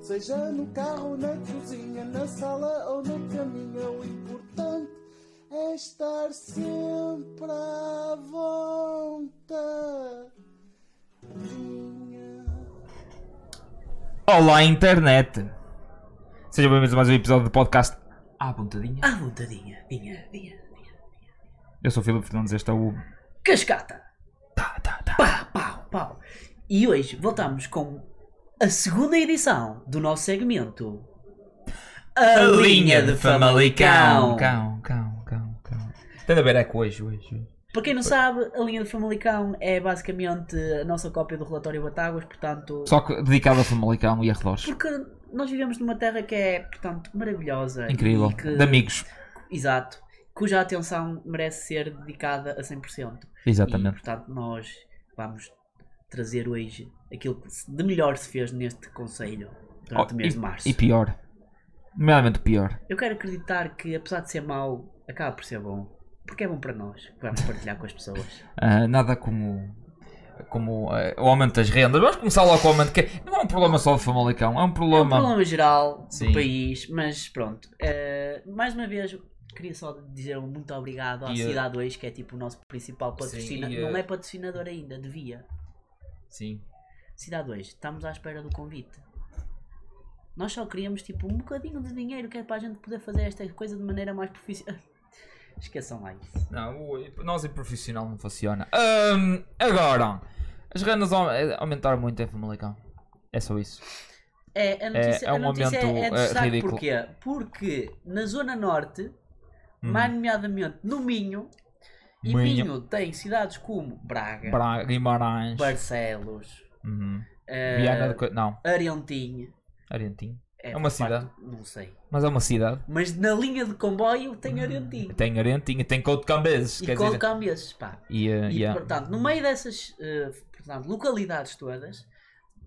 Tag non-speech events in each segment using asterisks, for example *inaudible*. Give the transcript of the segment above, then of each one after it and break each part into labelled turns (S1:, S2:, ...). S1: Seja no carro, na cozinha, na sala ou no caminho, é o importante é estar sempre à vontade.
S2: Olá, internet! Sejam bem-vindos a mais um episódio do podcast À Pontadinha.
S3: À vontadinha, dinha, dinha, dinha.
S2: Eu sou o Filipe Fernandes, este é o.
S3: Cascata.
S2: Tá, tá, tá.
S3: Pá, pau, pau. E hoje voltamos com a segunda edição do nosso segmento. A,
S2: Cão, cão, cão, cão. Tem a ver é com hoje, hoje. hoje.
S3: Para quem não sabe, a linha de Famalicão é basicamente a nossa cópia do relatório Batáguas, portanto...
S2: Só que dedicado a Famalicão e arredores.
S3: Porque nós vivemos numa terra que é, portanto, maravilhosa.
S2: Incrível.
S3: e que-
S2: De amigos.
S3: Exato. Cuja atenção merece ser dedicada a 100%. E,
S2: Exatamente.
S3: portanto, nós vamos trazer hoje aquilo que se- de melhor se fez neste Conselho durante
S2: Oh,
S3: o mês
S2: e-
S3: de março.
S2: E pior. Nomeadamente pior.
S3: Eu quero acreditar que, apesar de ser mau, acaba por ser bom. Porque é bom para nós, que vamos partilhar com as
S2: *laughs*
S3: pessoas.
S2: Ah, nada como. Como ah, o aumento das rendas. Vamos começar logo com o aumento. Que não é um problema só de Famalicão, é um
S3: É um
S2: problema.
S3: problema geral
S2: Sim.
S3: do país, mas pronto. Eh, mais uma vez, queria só dizer um muito obrigado à
S2: E, eh,
S3: Cidade 2, que é tipo o nosso principal patrocinador.
S2: e, eh,
S3: Não é patrocinador ainda, devia.
S2: Sim.
S3: Cidade 2, estamos à espera do convite. Nós só queríamos tipo um bocadinho de dinheiro que é para a gente poder fazer esta coisa de maneira mais profissional. *laughs* Esqueçam lá isso.
S2: Não, o- nós em profissional não funciona. Ahm, agora, as rendas au- eh, aumentaram muito em Famalicão. É só isso.
S3: É, a notícia,
S2: é um
S3: a notícia
S2: momento,
S3: é de
S2: é,
S3: destaque
S2: ridículo.
S3: porquê? Porque na Zona Norte,
S2: Hum.
S3: mais nomeadamente no Minho, e
S2: Minho.
S3: Minho, tem cidades como Braga,
S2: Braga, Guimarães,
S3: Barcelos,
S2: uhum.
S3: eh,
S2: Viana do Co- Não,
S3: Arentinho.
S2: Arentim. É uma
S3: de facto,
S2: cidade?
S3: Não sei.
S2: Mas é uma cidade.
S3: Mas na linha de comboio tem Arentinho.
S2: Tem Arentim e tem Couto Cambeses.
S3: E
S2: Hum. Quer
S3: com
S2: dizer,
S3: cambias, pá.
S2: e, eh,
S3: E,
S2: yeah.
S3: portanto, no meio dessas eh, portanto, localidades todas,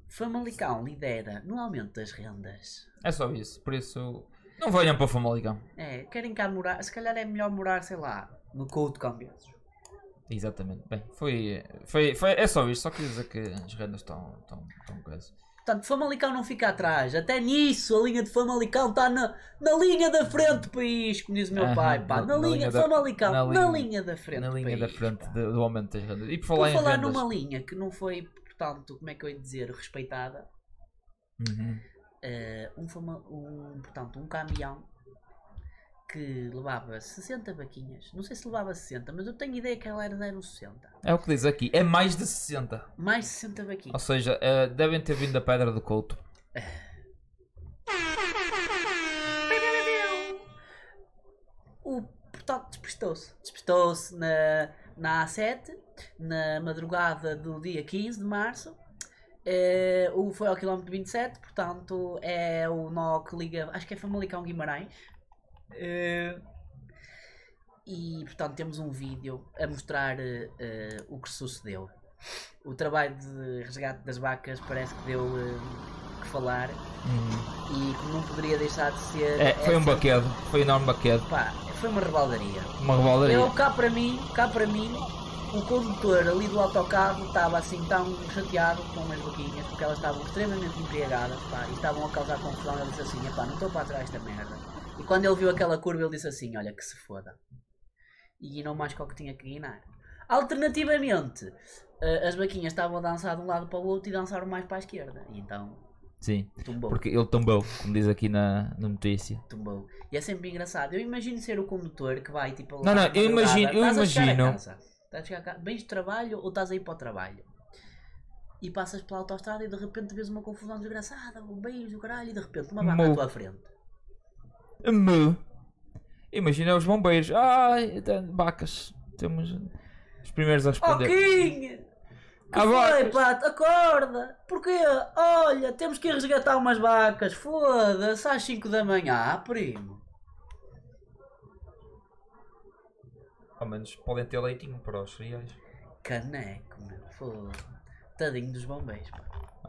S3: Famalicão lidera no aumento das rendas.
S2: É só isso. Por isso, não venham para Famalicão.
S3: É, querem cá morar, se calhar é melhor morar, sei lá, no Couto de Cambiados.
S2: Exatamente. Bem, foi, foi, foi. É só isto. Só queria dizer que as rendas estão. estão, estão coisas.
S3: Portanto, Famalicão não fica atrás. Até nisso, a linha de Famalicão está na, na linha da frente do país, como diz o meu
S2: Aham,
S3: pai. Pá.
S2: na-
S3: Na,
S2: na
S3: linha
S2: linha
S3: de
S2: da-
S3: Famalicão,
S2: na linha-
S3: na linha, da frente
S2: Na
S3: do
S2: linha da
S3: país,
S2: frente
S3: pá.
S2: de- do aumento das rendas. E por falar
S3: Vou
S2: em
S3: falar
S2: rendas.
S3: numa linha que não foi, portanto, como é que eu ia dizer, respeitada.
S2: Uhum.
S3: eh, um, fama- um, portanto, um caminhão que levava 60 vaquinhas. Não sei se levava 60, mas eu tenho ideia que ela era, eram 60.
S2: É o que diz aqui, é mais de 60.
S3: Mais 60
S2: Ou
S3: vaquinhas.
S2: seja, eh, devem ter vindo da Pedra do Couto.
S3: O portanto despertou-se. Despertou-se na, na A7, na madrugada do dia 15 de março. Eh, o, foi ao quilómetro 27, portanto é o nó que liga, acho que é Famalicão Guimarães. Eh, e portanto temos um vídeo a mostrar eh, eh, o que sucedeu. O trabalho de resgate das vacas parece que deu eh, o que falar e que não poderia deixar de ser.
S2: Hum. É, foi um
S3: essa-
S2: baquedo, foi um enorme baquedo.
S3: Pá, foi uma rebaldaria.
S2: Uma rebaldaria.
S3: Eu cá para mim, cá para mim, o condutor ali do autocarro estava assim tão chateado com as boquinhas porque elas estavam extremamente embriagadas pá, e estavam a causar confusão. Ele disse assim, pá, não estou para trás da merda. E quando ele viu aquela curva ele disse assim, olha que se foda. E guinou mais que o que tinha que guinar. Alternativamente, eh, as vaquinhas estavam a dançar de um lado para o outro e dançaram mais para a esquerda. E então
S2: Sim,
S3: tumbou.
S2: porque ele tombou, como diz aqui na, na notícia.
S3: tumbou. E é sempre engraçado. Eu imagino ser o condutor que vai tipo. lá
S2: Não, não,
S3: à
S2: eu
S3: madrugada.
S2: imagino- eu
S3: Estás a chegar a
S2: imagino.
S3: casa. Estás a chegar a casa. Vens de trabalho ou estás a ir para o trabalho? E passas pela autostrada e de repente vês uma confusão desgraçada, bombeiros do caralho, e de repente uma vaca
S2: Mo-
S3: à tua frente.
S2: Me. Imagina os bombeiros. Ai, tem vacas. Temos os primeiros a
S3: Oh,
S2: responder.
S3: King! Que
S2: é Ah,
S3: foi,
S2: vacas.
S3: pato? Acorda! Porquê? Olha, temos que ir resgatar umas vacas. Foda-se, às 5 da manhã, ah, primo.
S2: Ao menos podem ter leitinho para os cereais.
S3: Caneco, meu. Foda. Tadinho dos bombeiros, pá.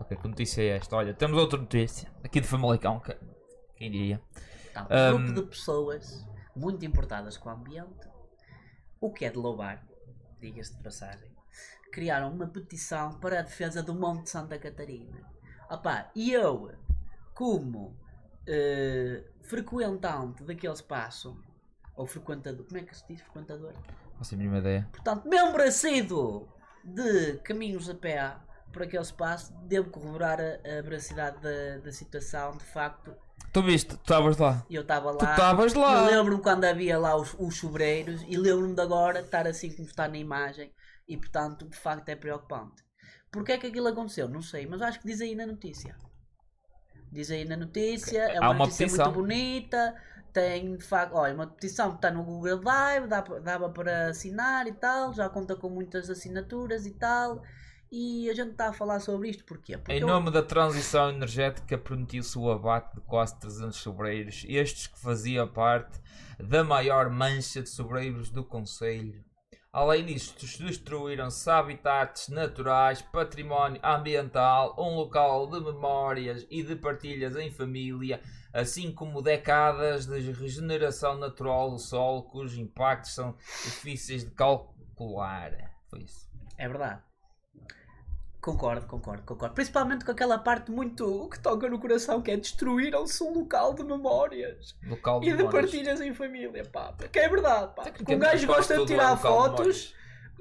S2: Ok, que notícia é esta? Olha, temos outra notícia. Aqui de Famalicão. que- Quem diria?
S3: Tá,
S2: Ahm.
S3: um grupo de pessoas muito importadas com o ambiente, o que é de louvar, diga-se de passagem, criaram uma petição para a defesa do Monte Santa Catarina. Opa, e eu, como eh, frequentante daquele espaço, ou frequentador, como é que se diz frequentador?
S2: Faço a mínima ideia.
S3: Portanto, membro assíduo de caminhos a pé por aquele espaço, devo corroborar a, a veracidade da, da situação. De facto,
S2: Tu viste, tu estavas lá.
S3: eu estava lá.
S2: Tu estavas lá.
S3: Eu lembro-me quando havia lá os, os sobreiros e lembro-me de agora estar assim como está na imagem e portanto de facto é preocupante. Porquê é que aquilo aconteceu? Não sei, mas acho que diz aí na notícia. Diz aí na notícia, é
S2: Há
S3: uma,
S2: uma
S3: notícia
S2: petição.
S3: muito bonita, tem de facto, olha, uma petição que está no Google Drive, dá pa- dava para assinar e tal, já conta com muitas assinaturas e tal. E a gente está a falar sobre isto porquê? Porque
S2: Em
S3: eu-
S2: nome da transição energética, permitiu-se o abate de quase 300 sobreiros, estes que faziam parte da maior mancha de sobreiros do Conselho. Além disto, destruíram-se habitats naturais, património ambiental, um local de memórias e de partilhas em família, assim como décadas de regeneração natural do solo, cujos impactos são difíceis de calcular. Foi isso.
S3: É verdade. Concordo, concordo, concordo. Principalmente com aquela parte muito o que toca no coração, que é destruíram-se um local de memórias
S2: Local de
S3: e de
S2: memórias.
S3: partilhas em família, pá. Que é verdade, pá. Que um
S2: Tecnicamente,
S3: gajo
S2: quase
S3: gosta de
S2: todo é
S3: tirar
S2: local de
S3: fotos,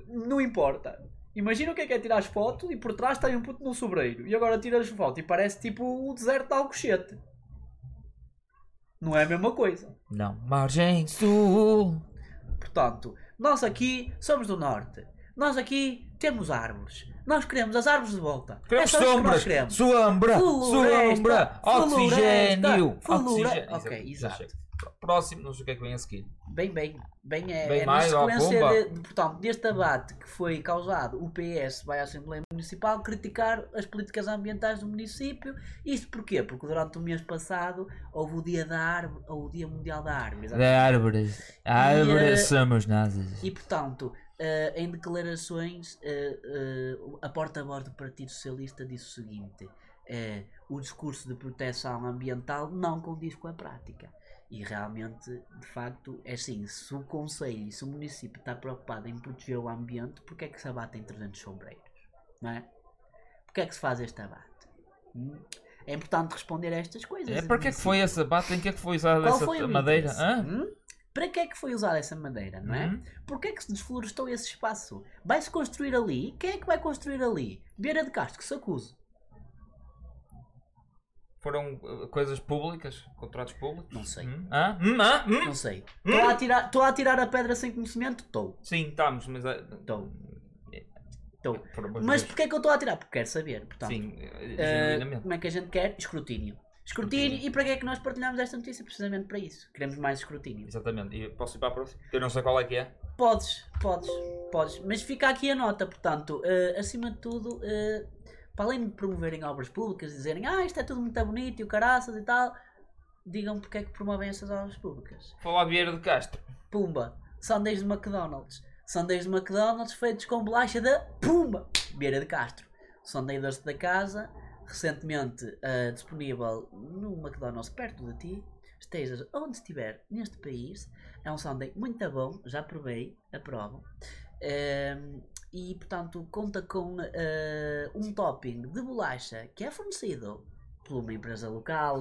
S3: não importa. Imagina o que é que é tirar as fotos e por trás tem um puto no sobreiro. E agora tiras foto e parece tipo o deserto de Alcochete. Não é a mesma coisa.
S2: Não. Margem Sul.
S3: Portanto, nós aqui somos do norte. Nós aqui temos árvores. Nós queremos as árvores de volta.
S2: Queremos
S3: é só isso que nós
S2: sombras.
S3: queremos.
S2: Sombra.
S3: Floresta,
S2: Sombra. Oxigênio.
S3: floresta, flora- Ok,
S2: já
S3: exato.
S2: chega. Próximo, não sei o que é que vem a seguir.
S3: Bem, bem. Bem, é,
S2: Bem
S3: é
S2: mais, ó,
S3: na sequência
S2: pumba.
S3: de- de- portanto, deste abate que foi causado, o PS vai à Assembleia Municipal criticar as políticas ambientais do município. Isto porquê? Porque durante o mês passado houve o Dia da Árvore, ou o Dia Mundial da Árvore. exatamente.
S2: árvores.
S3: Árvores eh,
S2: somos nazis.
S3: E portanto, eh, em declarações, eh, eh, a porta-voz do Partido Socialista disse o seguinte: eh, o discurso de proteção ambiental não condiz com a prática. E realmente, de facto, é assim: se o Conselho e se o município está preocupado em proteger o ambiente, porque é que se abatem 300 sombreiros? Não é? Porque é que se faz este abate? Hum? É importante responder a estas coisas.
S2: É, para que é que foi esse abate? Em que é que foi usada
S3: Qual
S2: essa
S3: foi o
S2: madeira?
S3: interesse?
S2: Hã?
S3: Hum? Para que é que foi usada essa madeira, não é?
S2: Uhum.
S3: Porquê é que se desflorestou esse espaço? Vai-se construir ali? Quem é que vai construir ali? Beira de Castro, que se acuse.
S2: Foram uh, coisas públicas? Contratos públicos?
S3: Não sei.
S2: Hum? Hã? Hum? Hã? Hum?
S3: Não sei. Estou a, atirar, estou a atirar a pedra sem conhecimento? Estou.
S2: Sim, estamos, mas. eh,
S3: Estou. Estou.
S2: por amor de
S3: Mas
S2: Deus.
S3: porquê é que eu estou a atirar? Porque quero saber. Portanto,
S2: Sim, eh,
S3: eh,
S2: genuinamente.
S3: como é que a gente quer? Escrutínio. Escrutínio. E para que é que nós partilhamos esta notícia? Precisamente para isso. Queremos mais escrutínio.
S2: Exatamente. E posso ir para a próxima? Eu não sei qual é que é.
S3: Podes, podes, podes. Mas fica aqui a nota, portanto, eh, acima de tudo, eh, para além de promoverem obras públicas, dizerem ah, isto é tudo muito bonito e o caraças e tal, digam porque é que promovem estas obras públicas.
S2: Falar Vieira de Castro.
S3: Pumba, sundays de McDonald's. Sundays de McDonald's feitos com bolacha da Pumba, Beira de Castro. Sunday doce da casa, recentemente eh, disponível no McDonald's perto de ti. Estejas onde estiver neste país. É um sundae muito bom, já provei, aprovo. Ehm, e portanto conta com eh, um topping de bolacha que é fornecido por uma empresa local.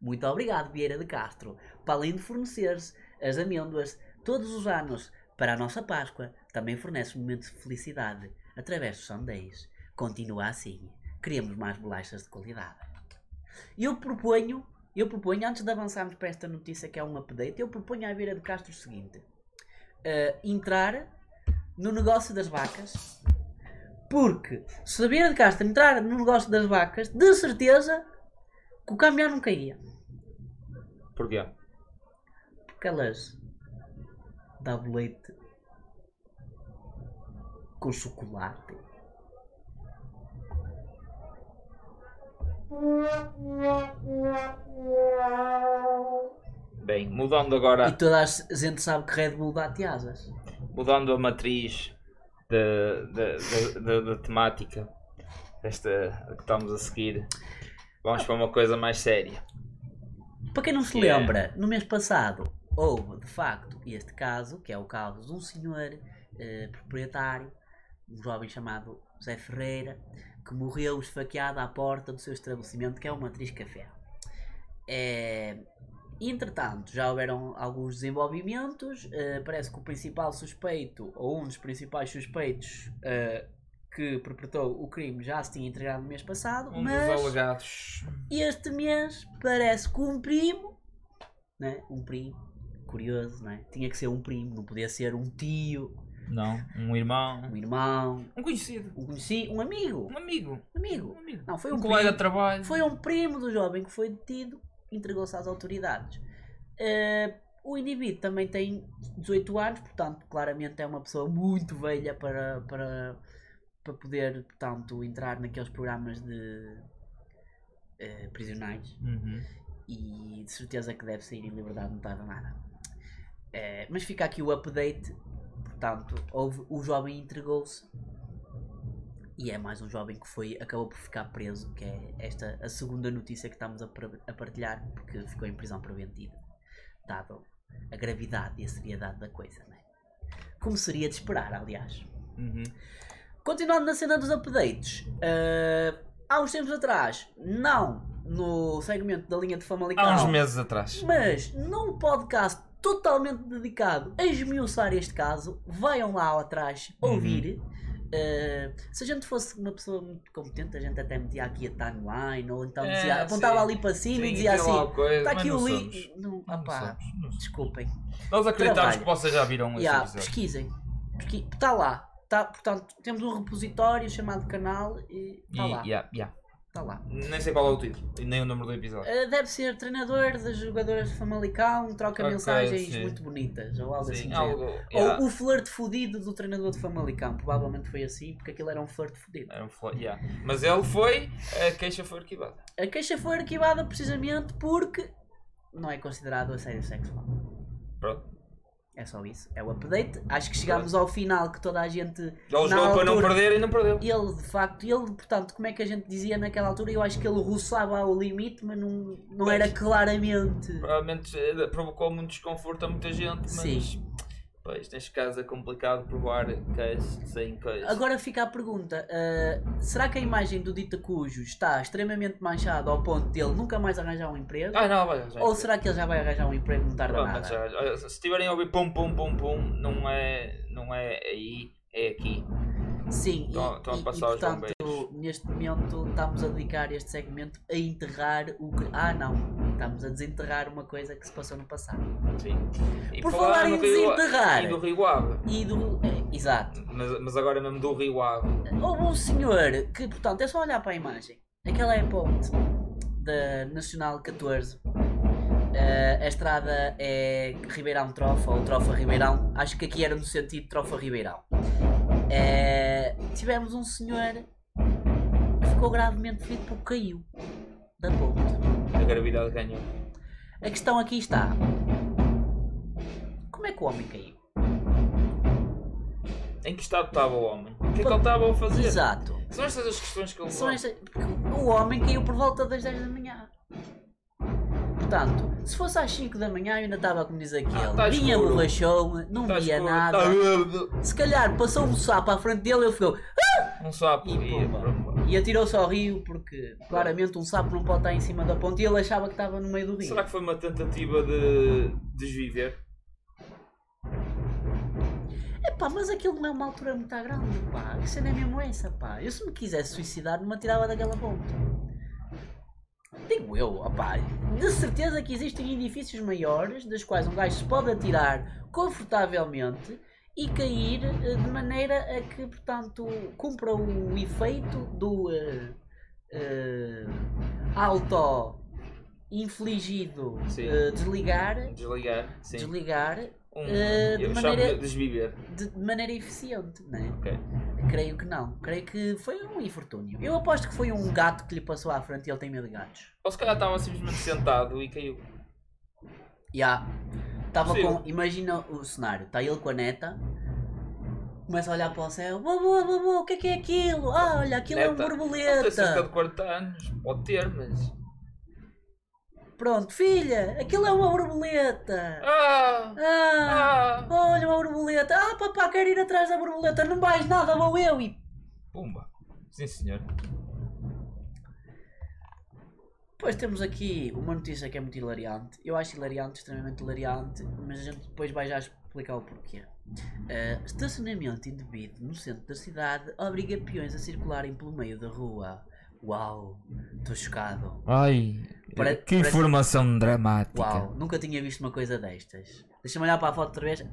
S3: Muito obrigado, Vieira de Castro, para além de fornecer-se as amêndoas todos os anos para a nossa Páscoa, também fornece momentos de felicidade através dos sundaes. Continua assim. Queremos mais bolachas de qualidade. Eu proponho, eu proponho, antes de avançarmos para esta notícia que é um update, eu proponho à Vieira de Castro o seguinte: eh, entrar no negócio das vacas, porque se a Vieira de Castro entrar no negócio das vacas, de certeza que o caminhão não caía.
S2: Porquê?
S3: Porque elas davam leite com chocolate.
S2: Bem, mudando agora.
S3: E toda a gente sabe que Red Bull dá-te asas.
S2: mudando a matriz da, da, da- da- da temática desta que estamos a seguir, vamos para uma coisa mais séria.
S3: Para quem não se
S2: Yeah.
S3: lembra, no mês passado houve de facto este caso, que é o caso de um senhor eh, proprietário, um jovem chamado Zé Ferreira, que morreu esfaqueada à porta do seu estabelecimento, que é uma atriz café. É, Entretanto, já houveram alguns desenvolvimentos. eh, parece que o principal suspeito, ou um dos principais suspeitos eh, que perpetrou o crime, já se tinha entregado no mês passado.
S2: Um dos
S3: mas
S2: alegados.
S3: este mês parece que um primo, né? um primo, curioso, né? tinha que ser um primo, não podia ser um tio,
S2: Não, um irmão.
S3: um irmão,
S2: Um conhecido.
S3: um conhecido, um amigo.
S2: Um amigo.
S3: Um amigo.
S2: Um amigo.
S3: Não, foi
S2: Um,
S3: um,
S2: colega
S3: primo.
S2: de trabalho.
S3: Foi um primo do jovem que foi detido, entregou-se às autoridades. Eh, o indivíduo também tem 18 anos, portanto, claramente é uma pessoa muito velha para, para, para poder, portanto, entrar naqueles programas de eh, prisionais.
S2: Uhum.
S3: E de certeza que deve sair em liberdade, não tarda nada. Eh, mas fica aqui o update. Portanto, houve, o jovem entregou-se. E é mais um jovem que foi, acabou por ficar preso, que é esta a segunda notícia que estamos a, par- a partilhar, porque ficou em prisão preventiva, dado a gravidade e a seriedade da coisa, né? Como seria de esperar, aliás.
S2: Uhum.
S3: Continuando na cena dos updates, eh, há uns tempos atrás, não no segmento da linha de Famalicão,
S2: Há uns meses atrás.
S3: mas num podcast totalmente dedicado a esmiuçar este caso, vaiam lá atrás
S2: Uhum.
S3: ouvir. Uh, se a gente fosse uma pessoa muito competente, a gente até metia aqui a timeline, ou então
S2: É,
S3: dizia- apontava
S2: sim.
S3: ali para cima
S2: Sim,
S3: e dizia
S2: tem lá
S3: assim:
S2: coisa,
S3: está
S2: mas
S3: aqui
S2: não
S3: o
S2: somos.
S3: link. Não,
S2: Não
S3: opá,
S2: somos, Ah, não somos.
S3: desculpem.
S2: Nós acreditamos
S3: Trabalho.
S2: que vocês já viram esse
S3: Yeah,
S2: episódio.
S3: pesquisem. Está lá. Tá, portanto, temos um repositório chamado canal e
S2: E,
S3: está lá.
S2: yeah, yeah.
S3: Tá lá.
S2: Nem sei qual é o título e nem o número do episódio.
S3: Uh, deve ser treinador das jogadoras de Famalicão, troca
S2: Ok,
S3: mensagens
S2: sim.
S3: muito bonitas, ou algo assim.
S2: Sim,
S3: do género.
S2: algo. yeah.
S3: Ou o flerte fudido do treinador de Famalicão, provavelmente foi assim, porque aquilo era um flerte fudido.
S2: Era um fla- yeah. Mas ele foi, a queixa foi arquivada.
S3: A queixa foi arquivada precisamente porque não é considerado assédio sexual.
S2: Pronto.
S3: É só isso, é o update. Acho que chegámos ao final que toda a gente.
S2: Ele
S3: na
S2: jogou para não
S3: altura-
S2: perder e não perdeu.
S3: Ele, de facto, ele, portanto, como é que a gente dizia naquela altura? Eu acho que ele roçava ao limite, mas não, não era claramente.
S2: Provavelmente eh, provocou muito desconforto a muita gente, mas.
S3: Sim.
S2: Pois, neste caso é complicado provar queijo sem queijo.
S3: Agora fica a pergunta: ah, será que a imagem do Dita Cujo está extremamente manchada ao ponto de ele nunca mais arranjar um emprego?
S2: Ah, não, vai, já.
S3: Ou será que ele já vai arranjar um emprego não tarda
S2: Provavelmente
S3: nada?
S2: já. Olha, Se estiverem a ouvir pum pum pum pum, não é, não é aí, é aqui.
S3: Sim,
S2: Estão a-
S3: e,
S2: estão a
S3: e-
S2: passar
S3: e,
S2: os
S3: portanto, neste momento estamos a dedicar este segmento a enterrar o que. Ah, não! Estamos a desenterrar uma coisa que se passou no passado.
S2: Sim. E
S3: Por falar
S2: no
S3: em
S2: Rio-
S3: desenterrar.
S2: E do Rio Ave.
S3: E do. é, exato.
S2: Mas, mas agora mesmo do Rio Ave.
S3: Houve um senhor que, portanto, é só olhar para a imagem. Aquela é a ponte da Nacional 14. Eh, a estrada é Ribeirão Trofa ou Trofa Ribeirão. Acho que aqui era no sentido Trofa Ribeirão. Eh, tivemos um senhor que ficou gravemente ferido porque caiu da ponte.
S2: A gravidade ganhou.
S3: A questão aqui está: como é que o homem caiu?
S2: Em que estado estava o homem? O que é que ele estava a fazer?
S3: Exato.
S2: São estas as questões que ele
S3: São
S2: levanta.
S3: esta- porque O homem caiu por volta das 10 da manhã. Portanto, se fosse às 5 da manhã, eu ainda estava como diz aquele.
S2: Ah, tá
S3: Vinha
S2: escuro.
S3: bolachão, não
S2: Está
S3: via
S2: escuro,
S3: nada.
S2: está verde.
S3: Se calhar passou um sapo à frente dele, ele ficou.
S2: Um sapo.
S3: E
S2: E,
S3: pumba.
S2: pronto.
S3: E atirou-se ao rio, porque claramente um sapo não pode estar em cima da ponte e ele achava que estava no meio do rio.
S2: Será que foi uma tentativa de desviver?
S3: Epá, mas aquilo não é uma altura muito grande, pá. A cena é mesmo essa, pá. Eu se me quisesse suicidar, não me atirava daquela ponte. Digo eu, opá. De certeza que existem edifícios maiores, dos quais um gajo se pode atirar confortavelmente e cair eh, de maneira a que, portanto, cumpra o efeito do eh, eh, auto infligido
S2: Sim.
S3: eh, desligar,
S2: Desligar? Sim.
S3: desligar
S2: Um,
S3: Eh, de
S2: eu
S3: maneira-
S2: chamo de desviver.
S3: de, de maneira eficiente, não é?
S2: Ok.
S3: Creio que não. Creio que foi um infortúnio. Eu aposto que foi um gato que lhe passou à frente e ele tem medo de gatos.
S2: Ou se calhar estava simplesmente sentado e caiu.
S3: Já. Estava
S2: Sim.
S3: com. Imagina o cenário. Está ele com a neta. Começa a olhar para o céu. Babô, babô, o que é que é aquilo? Ah, olha, aquilo é
S2: Neta.
S3: um
S2: Ele tem cerca de
S3: borboleta.
S2: 40 anos, pode ter, mas.
S3: Pronto, filha, aquilo é uma borboleta.
S2: Ah!
S3: Ah,
S2: Ah!
S3: olha uma borboleta. Ah, papá, quero ir atrás da borboleta. Não vais nada, vou eu. E
S2: Pumba! Sim, senhor.
S3: Depois temos aqui uma notícia que é muito hilariante. Eu acho hilariante, extremamente hilariante, mas a gente depois vai já explicar o porquê. Eh, estacionamento indevido no centro da cidade obriga peões a circularem pelo meio da rua. Uau, estou chocado.
S2: Ai,
S3: Pare-
S2: que
S3: parece-
S2: informação dramática.
S3: Uau, nunca tinha visto uma coisa destas. Deixa-me olhar para a foto outra vez.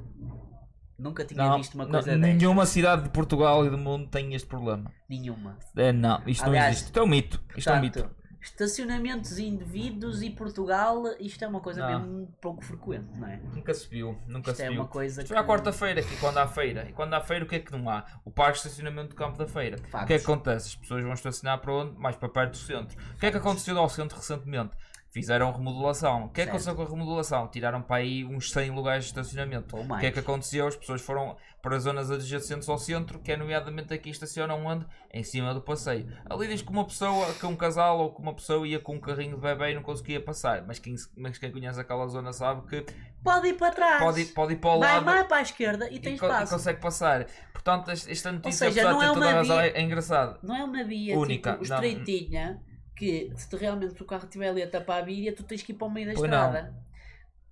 S3: Nunca tinha
S2: Não,
S3: visto uma
S2: não,
S3: coisa destas.
S2: nenhuma cidade de Portugal e do mundo tem este problema.
S3: Nenhuma.
S2: É, não, isto não
S3: Aliás,
S2: existe. Isto é um mito. Isto é um mito.
S3: Portanto, estacionamentos indevidos e Portugal, isto é uma coisa
S2: Não.
S3: mesmo pouco frequente, não é?
S2: Nunca se viu, nunca
S3: Isto
S2: se
S3: é
S2: viu.
S3: uma coisa
S2: Isto é à
S3: que-
S2: quarta-feira aqui, quando há feira. E quando há feira, o que é que não há? O parque de estacionamento do campo da feira.
S3: Factos.
S2: O que é que acontece? As pessoas vão estacionar para onde? Mais para perto do centro. O que é que aconteceu ao centro recentemente? Fizeram remodelação. O que é que
S3: Certo.
S2: aconteceu com a remodelação? Tiraram para aí uns 100 lugares de estacionamento.
S3: Ou
S2: O que é
S3: mais.
S2: que aconteceu? As pessoas foram para zonas adjacentes ao centro, que é nomeadamente aqui estacionam onde? Em cima do passeio. Ali diz que uma pessoa, que um casal ou que uma pessoa ia com um carrinho de bebê e não conseguia passar. Mas quem, mas quem conhece aquela zona sabe que
S3: Pode ir para trás.
S2: pode, ir- pode ir para o
S3: vai,
S2: lado
S3: vai para a esquerda e
S2: e
S3: tem
S2: co- e
S3: espaço.
S2: consegue passar. Portanto, es- esta notícia,
S3: seja,
S2: apesar
S3: não
S2: de
S3: é
S2: ter toda a
S3: uma
S2: razão, é,
S3: via-
S2: é engraçado.
S3: Não é uma via
S2: Única,
S3: tipo
S2: não.
S3: estreitinha que se tu realmente o carro estiver ali a tapar a viria, tu tens que ir para o meio da
S2: Pois não.
S3: estrada.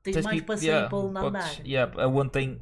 S3: Tens, mais
S2: que-
S3: passeio
S2: yeah,
S3: para ele não andar.
S2: podes- yeah, aonde tem uh,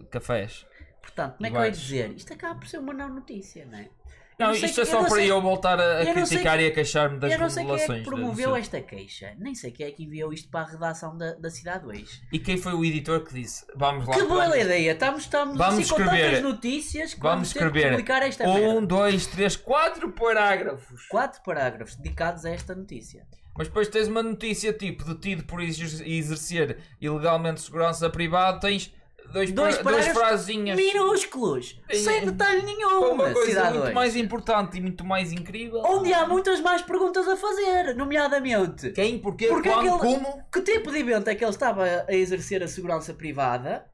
S2: uh, cafés.
S3: Portanto, como é
S2: E
S3: que eu ia
S2: vais.
S3: dizer? Isto acaba por ser uma não notícia, não é? Eu
S2: Não,
S3: sei
S2: isto
S3: que-
S2: é só
S3: não
S2: para
S3: sei-
S2: eu voltar a, a
S3: eu não sei
S2: criticar e a queixar-me das né,
S3: Eu não sei quem é que
S2: regulações.
S3: promoveu esta queixa, nem sei quem é que enviou isto para a redação da, da Cidade hoje.
S2: E quem foi o editor que disse? Vamos lá.
S3: Que boa
S2: vamos-
S3: ideia! Estamos, estamos
S2: Vamos
S3: assim, com
S2: escrever.
S3: tantas notícias que
S2: Vamos
S3: vamos, ter que
S2: escrever
S3: publicar esta merda.
S2: Um, dois, três, quatro parágrafos.
S3: Quatro parágrafos dedicados a esta notícia.
S2: Mas depois tens uma notícia tipo detido por ex- exercer ilegalmente segurança privada, tens dois,
S3: Dois
S2: pra- duas
S3: parágrafos
S2: frasinhas.
S3: Minúsculos!
S2: Em-
S3: Sem detalhe
S2: Para
S3: nenhum!
S2: uma coisa
S3: Cidade
S2: muito
S3: hoje.
S2: mais importante e muito mais incrível.
S3: Onde há muitas mais perguntas a fazer, nomeadamente.
S2: Quem, porquê,
S3: Porquê
S2: quando,
S3: que ele-
S2: como?
S3: Que tipo de evento é que ele estava a exercer a segurança privada?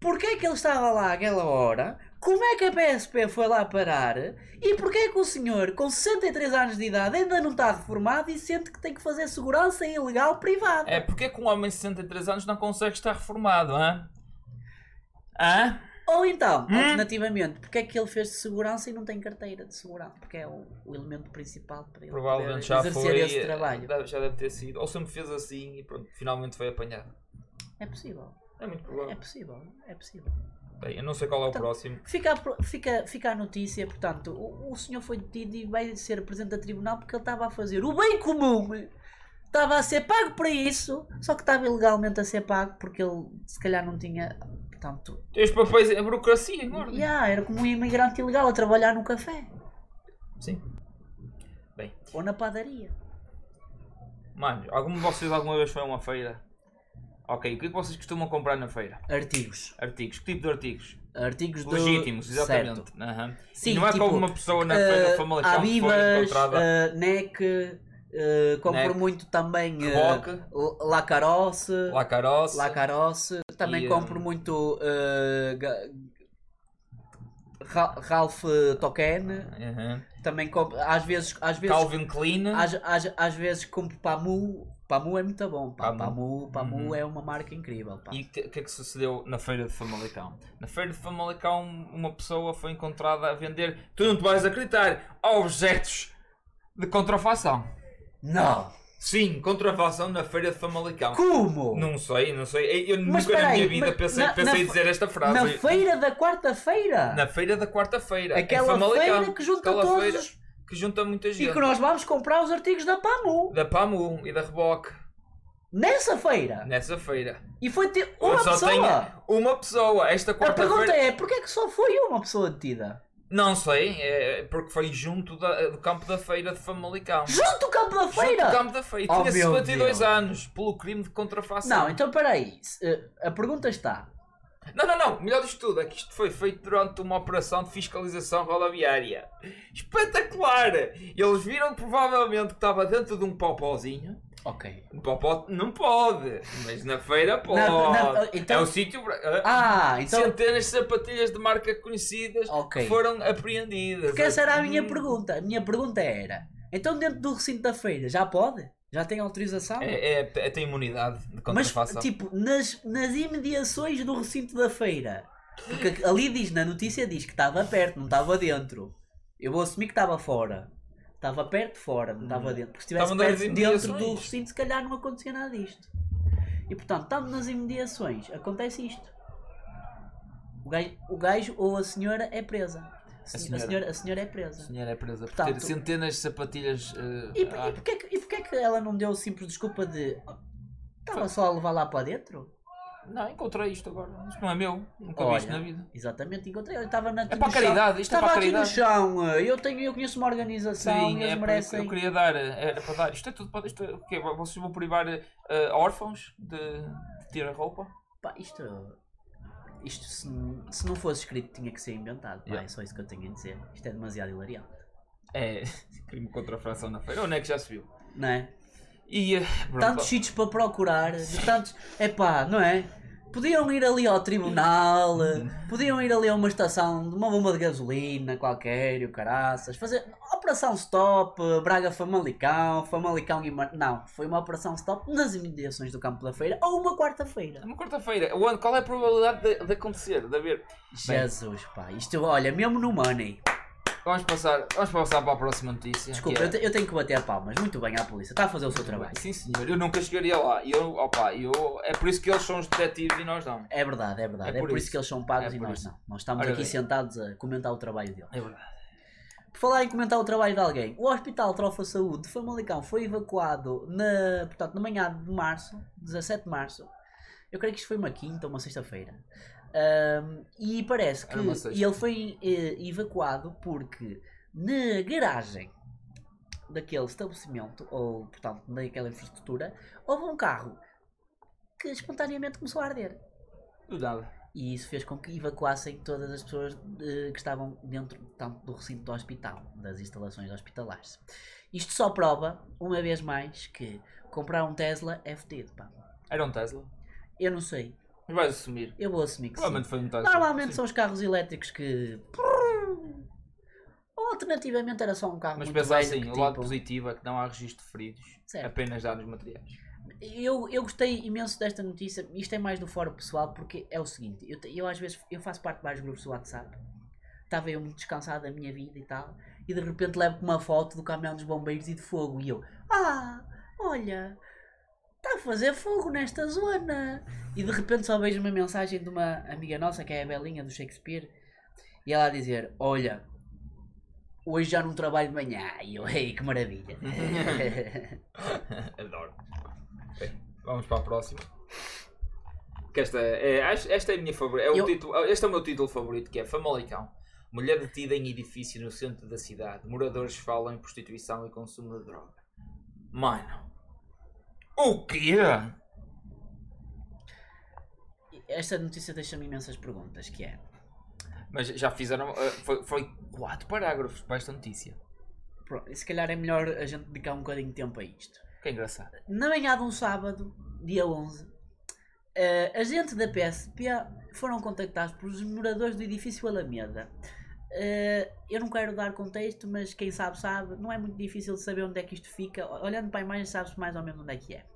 S3: Porquê é que ele estava lá àquela hora? Como é que a PSP foi lá parar? E porquê é que o senhor, com 63 anos de idade, ainda não está reformado e sente que tem que fazer segurança ilegal privada?
S2: É porque é que um homem de 63 anos não consegue estar reformado, hã? Hã?
S3: Ou então,
S2: Hum?
S3: alternativamente, porquê é que ele fez de segurança e não tem carteira de segurança? Porque é o, o elemento principal para ele
S2: Provavelmente
S3: poder
S2: já
S3: exercer
S2: foi.
S3: esse trabalho.
S2: deve- Já deve ter sido. Ou sempre fez assim e pronto, finalmente foi apanhado.
S3: É possível,
S2: É muito
S3: é
S2: provável.
S3: possível, é possível.
S2: Bem, eu não sei qual é o
S3: Então-
S2: próximo.
S3: Fica a, pro- fica, fica a notícia, portanto, o, o senhor foi detido e vai ser presente a tribunal porque ele estava a fazer o bem comum, estava a ser pago para isso, só que estava ilegalmente a ser pago porque ele se calhar não tinha. Portanto,
S2: Os papéis, é a burocracia, engorda.
S3: yeah, era como um imigrante ilegal a trabalhar num café
S2: Sim.
S3: ou na padaria.
S2: Mano, algum de vocês alguma vez foi a uma feira? Ok, o que é que vocês costumam comprar na feira?
S3: Artigos.
S2: Artigos. Que tipo de artigos?
S3: Artigos do-
S2: Legítimos,
S3: Certo.
S2: exatamente. Aham.
S3: Sim,
S2: e não é
S3: tipo,
S2: como uma pessoa na feira
S3: Ah,
S2: de Famalicão que foi
S3: Avivas,
S2: encontrada.
S3: ah, NEC, ah, compro
S2: Nec.
S3: muito também
S2: Rock,
S3: uh, Lacarosse.
S2: Lacarosse.
S3: Lacarosse. Também
S2: E,
S3: compro
S2: hum,
S3: muito uh, ga- Ra- Ralph Token.
S2: Uhum.
S3: Também compro. Às vezes. Às vezes,
S2: Calvin Klein.
S3: às, às- às vezes compro Pamu. Pamu é muito bom. pá.
S2: Pamu.
S3: Pamu, Pamu
S2: Uhum.
S3: é uma marca incrível. pá.
S2: E o que, que é que sucedeu na feira de Famalicão? Na feira de Famalicão, uma pessoa foi encontrada a vender, tu não te vais acreditar, objetos de contrafação.
S3: Não!
S2: Sim, contrafação na feira de Famalicão.
S3: Como?
S2: Não sei, não sei. Eu
S3: Mas
S2: nunca na
S3: espera aí,
S2: minha vida
S3: mas
S2: pensei,
S3: na-
S2: pensei
S3: na-
S2: dizer esta
S3: Na
S2: frase.
S3: feira da quarta-feira?
S2: Na feira da quarta-feira. em
S3: Aquela
S2: Famalicão.
S3: feira que junta
S2: Aquela
S3: todos
S2: feira
S3: os-
S2: que junta muita gente.
S3: E que nós vamos comprar os artigos da Pamu.
S2: Da Pamu um e da Reboque.
S3: Nessa feira.
S2: Nessa feira.
S3: E foi ter uma
S2: Eu só
S3: pessoa.
S2: tenho uma pessoa. Esta
S3: A pergunta
S2: quarta-feira.
S3: é, porquê é que só foi uma pessoa detida?
S2: Não sei, é porque foi junto da- do campo da feira de Famalicão.
S3: Junto ao campo da
S2: Junto do
S3: feira!
S2: campo da feira.
S3: Oh,
S2: Tinha
S3: meu
S2: 52
S3: Deus.
S2: anos pelo crime de contrafação.
S3: Não, então peraí. Se, eh, A pergunta está.
S2: Não, não, não. Melhor disto tudo é que isto foi feito durante uma operação de fiscalização rodoviária. Espetacular! Eles viram provavelmente que estava dentro de um popozinho.
S3: Ok.
S2: Um popó não pode, mas na feira pode.
S3: na-
S2: É
S3: então-
S2: o sítio. Ah,
S3: Ah, então.
S2: Centenas de sapatilhas de marca conhecidas
S3: Ok.
S2: que foram apreendidas.
S3: Porque essa era a minha
S2: Hum.
S3: pergunta. A minha pergunta era. Então dentro do recinto da feira já pode? Já tem autorização?
S2: É, é, é tem imunidade de
S3: Mas
S2: contrafação.
S3: tipo, nas, nas imediações do recinto da feira. Porque ali diz, na notícia diz que estava perto, não estava dentro. Eu vou assumir que estava fora. Estava perto de fora, não estava dentro. Porque se estivesse
S2: Estavam nas
S3: perto dentro do
S2: imediações.
S3: recinto, se calhar não acontecia nada disto. E portanto, estando nas imediações, acontece isto. O gajo, o gajo ou a senhora é presa. Se- A
S2: senhora.
S3: senhora, a senhora, é presa.
S2: A senhora é presa por
S3: Portanto-
S2: ter centenas de sapatilhas. eh,
S3: E,
S2: ah,
S3: e porquê, que- e porquê que ela não deu simples desculpa de. "Oh, Estava só a levar lá para dentro?
S2: Não, encontrei isto agora. Isto não é meu. Nunca vi isto
S3: Olha,
S2: na vida.
S3: Exatamente, encontrei. Eu estava na.
S2: É para a caridade, isto é
S3: Estava
S2: para a
S3: aqui no
S2: caridade.
S3: chão. eh, Eu, tenho, eu conheço uma organização
S2: Sim,
S3: e eles
S2: é para-
S3: merecem.
S2: eu queria dar, eh, era para dar. Isto é tudo para. Isto é, o quê? Vocês vão privar eh, órfãos de, de ter a roupa?
S3: Pá, isto. Isto, se, n- se não fosse escrito, tinha que ser inventado. Pá,
S2: Yeah.
S3: É só isso que eu tenho a dizer. Isto é demasiado hilariante.
S2: É *laughs* crime contra a fração na feira. Onde é que já se viu?
S3: Não é?
S2: E. eh, pronto.
S3: Tantos sítios para procurar, de tantos. Epá, não é? Podiam ir ali ao tribunal, podiam ir ali a uma estação de uma bomba de gasolina qualquer, e o caraças, fazer Operação Stop, Braga Famalicão, Famalicão Guimarães. Não, foi uma Operação Stop nas imediações do Campo da Feira ou uma quarta-feira.
S2: É uma quarta-feira. Onde- Qual é a probabilidade de, de acontecer? De haver?
S3: Jesus, pá, isto, olha, mesmo no Money.
S2: Vamos passar, vamos passar para a próxima notícia.
S3: Desculpa,
S2: que é-
S3: eu, te- eu tenho que bater palmas. Muito bem à polícia, está a fazer o seu trabalho.
S2: Sim, senhor. Eu nunca chegaria lá. E Eu, opa, eu, é por isso que eles são os detetives e nós não.
S3: É verdade, é verdade. É, por isso. que eles são
S2: Então,
S3: pagos
S2: É
S3: e
S2: por
S3: nós
S2: isso.
S3: não. Nós estamos
S2: Ora
S3: aqui
S2: bem.
S3: sentados a comentar o trabalho dele.
S2: É verdade.
S3: Por falar em comentar o trabalho de alguém, o Hospital Trofa Saúde de Famalicão foi evacuado na, portanto, na manhã de março, 17 de março. Eu creio que isto foi uma quinta ou uma sexta-feira. Ahm, e parece que
S2: Era uma sexta.
S3: e ele foi eh, evacuado porque na garagem daquele estabelecimento, ou portanto daquela infraestrutura, houve um carro que espontaneamente começou a arder.
S2: Do nada.
S3: E isso fez com que evacuassem todas as pessoas eh, que estavam dentro tanto do recinto do hospital, das instalações hospitalares. Isto só prova, uma vez mais, que comprar um Tesla é fedido, pá.
S2: Era um Tesla.
S3: Eu não sei,
S2: Mas vais assumir.
S3: eu vou assumir que sim.
S2: Provavelmente foi um Tesla.
S3: Normalmente
S2: Sim.
S3: são os carros elétricos que... Ou alternativamente era só um carro
S2: Mas
S3: muito
S2: pensar
S3: velho
S2: assim,
S3: que,
S2: o lado
S3: tipo,
S2: positivo é que não há registro de feridos,
S3: Certo.
S2: apenas danos materiais.
S3: eu, eu gostei imenso desta notícia. Isto é mais do fórum pessoal, porque é o seguinte: eu, te- eu às vezes eu faço parte de vários grupos do WhatsApp. Estava eu muito descansado da minha vida e tal. E de repente levo com uma foto do caminhão dos bombeiros e de fogo. E eu, ah, olha, está a fazer fogo nesta zona. E de repente só vejo uma mensagem de uma amiga nossa, que é a Belinha do Shakespeare, e ela a dizer: Olha, hoje já não trabalho de manhã. E eu, ei, que maravilha.
S2: Adoro. Bem, vamos para a próxima. Que esta, é, acho- esta é a minha favorita. É o
S3: Eu-
S2: título- este é o meu título favorito, que é Famalicão. Mulher detida em edifício no centro da cidade. Moradores falam em prostituição e consumo de droga. Mano. O quê?
S3: Esta notícia deixa-me imensas perguntas, que é...
S2: Mas já fizeram. eh, Foi, foi quatro parágrafos para esta notícia.
S3: pro- Se calhar é melhor a gente dedicar um bocadinho de tempo a isto.
S2: Que é engraçado.
S3: Na manhã de um sábado, dia 11, eh, agentes da PSP foram contactados pelos moradores do edifício Alameda. Eh, eu não quero dar contexto, mas quem sabe, sabe. Não é muito difícil de saber onde é que isto fica. O- Olhando para a imagem, sabe-se mais ou menos onde é que é.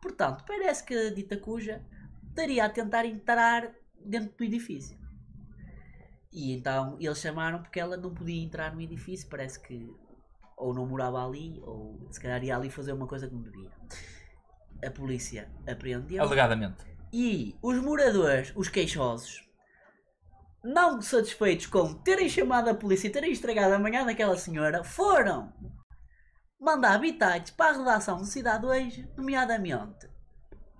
S3: Portanto, parece que a dita cuja estaria a tentar entrar dentro do edifício. E então eles chamaram porque ela não podia entrar no edifício, parece que ou não morava ali, ou se calhar ia ali fazer uma coisa que não devia. A polícia apreendeu.
S2: Alegadamente.
S3: E os moradores, os queixosos, não satisfeitos com terem chamado a polícia e terem estragado a manhã daquela senhora, foram mandar habitantes para a redação do Cidade Hoje, nomeadamente